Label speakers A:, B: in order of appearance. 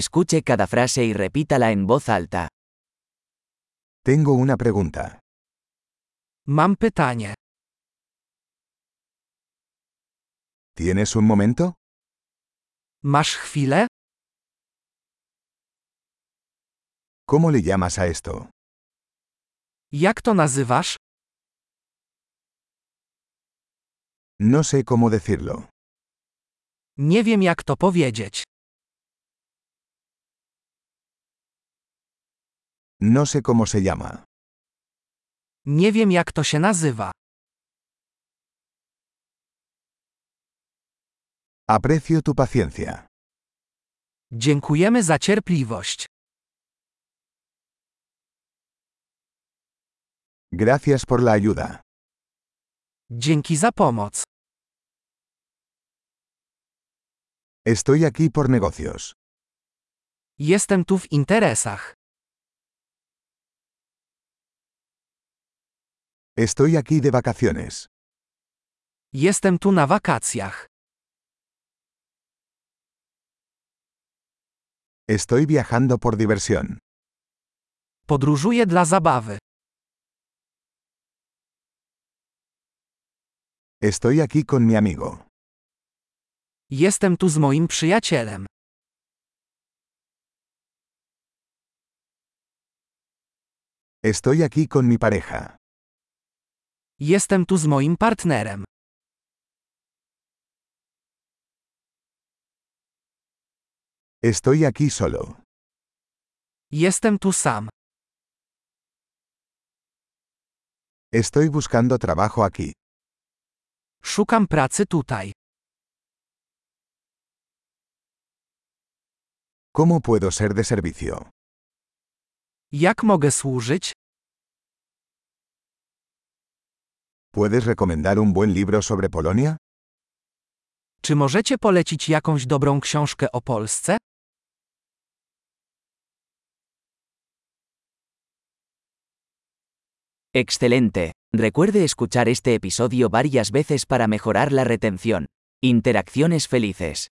A: Escuche cada frase y repítala en voz alta.
B: Tengo una pregunta.
C: Mam pytanie.
B: ¿Tienes un momento?
C: Masz chwilę?
B: ¿Cómo le llamas a esto?
C: Jak to nazywasz?
B: No sé cómo decirlo.
C: Nie wiem jak to powiedzieć.
B: No sé cómo se llama.
C: Nie wiem jak to się nazywa.
B: Aprecio tu paciencia.
C: Dziękujemy za cierpliwość.
B: Gracias por la ayuda.
C: Dzięki za pomoc.
B: Estoy aquí por negocios.
C: Jestem tu w interesach.
B: Estoy aquí de vacaciones.
C: Jestem tu na wakacjach.
B: Estoy viajando por diversión.
C: Podróżuję dla zabawy.
B: Estoy aquí con mi amigo.
C: Jestem tu z moim przyjacielem.
B: Estoy aquí con mi pareja.
C: Jestem tu z moim partnerem.
B: Estoy aquí solo.
C: Jestem tu sam.
B: Estoy buscando trabajo aquí.
C: Szukam pracy tutaj.
B: ¿Cómo puedo ser de servicio?
C: Jak mogę służyć?
B: ¿Puedes recomendar un buen libro sobre Polonia?
C: Czy możecie polecić jakąś dobrą książkę o Polsce?
A: Excelente. Recuerde escuchar este episodio varias veces para mejorar la retención. Interacciones felices.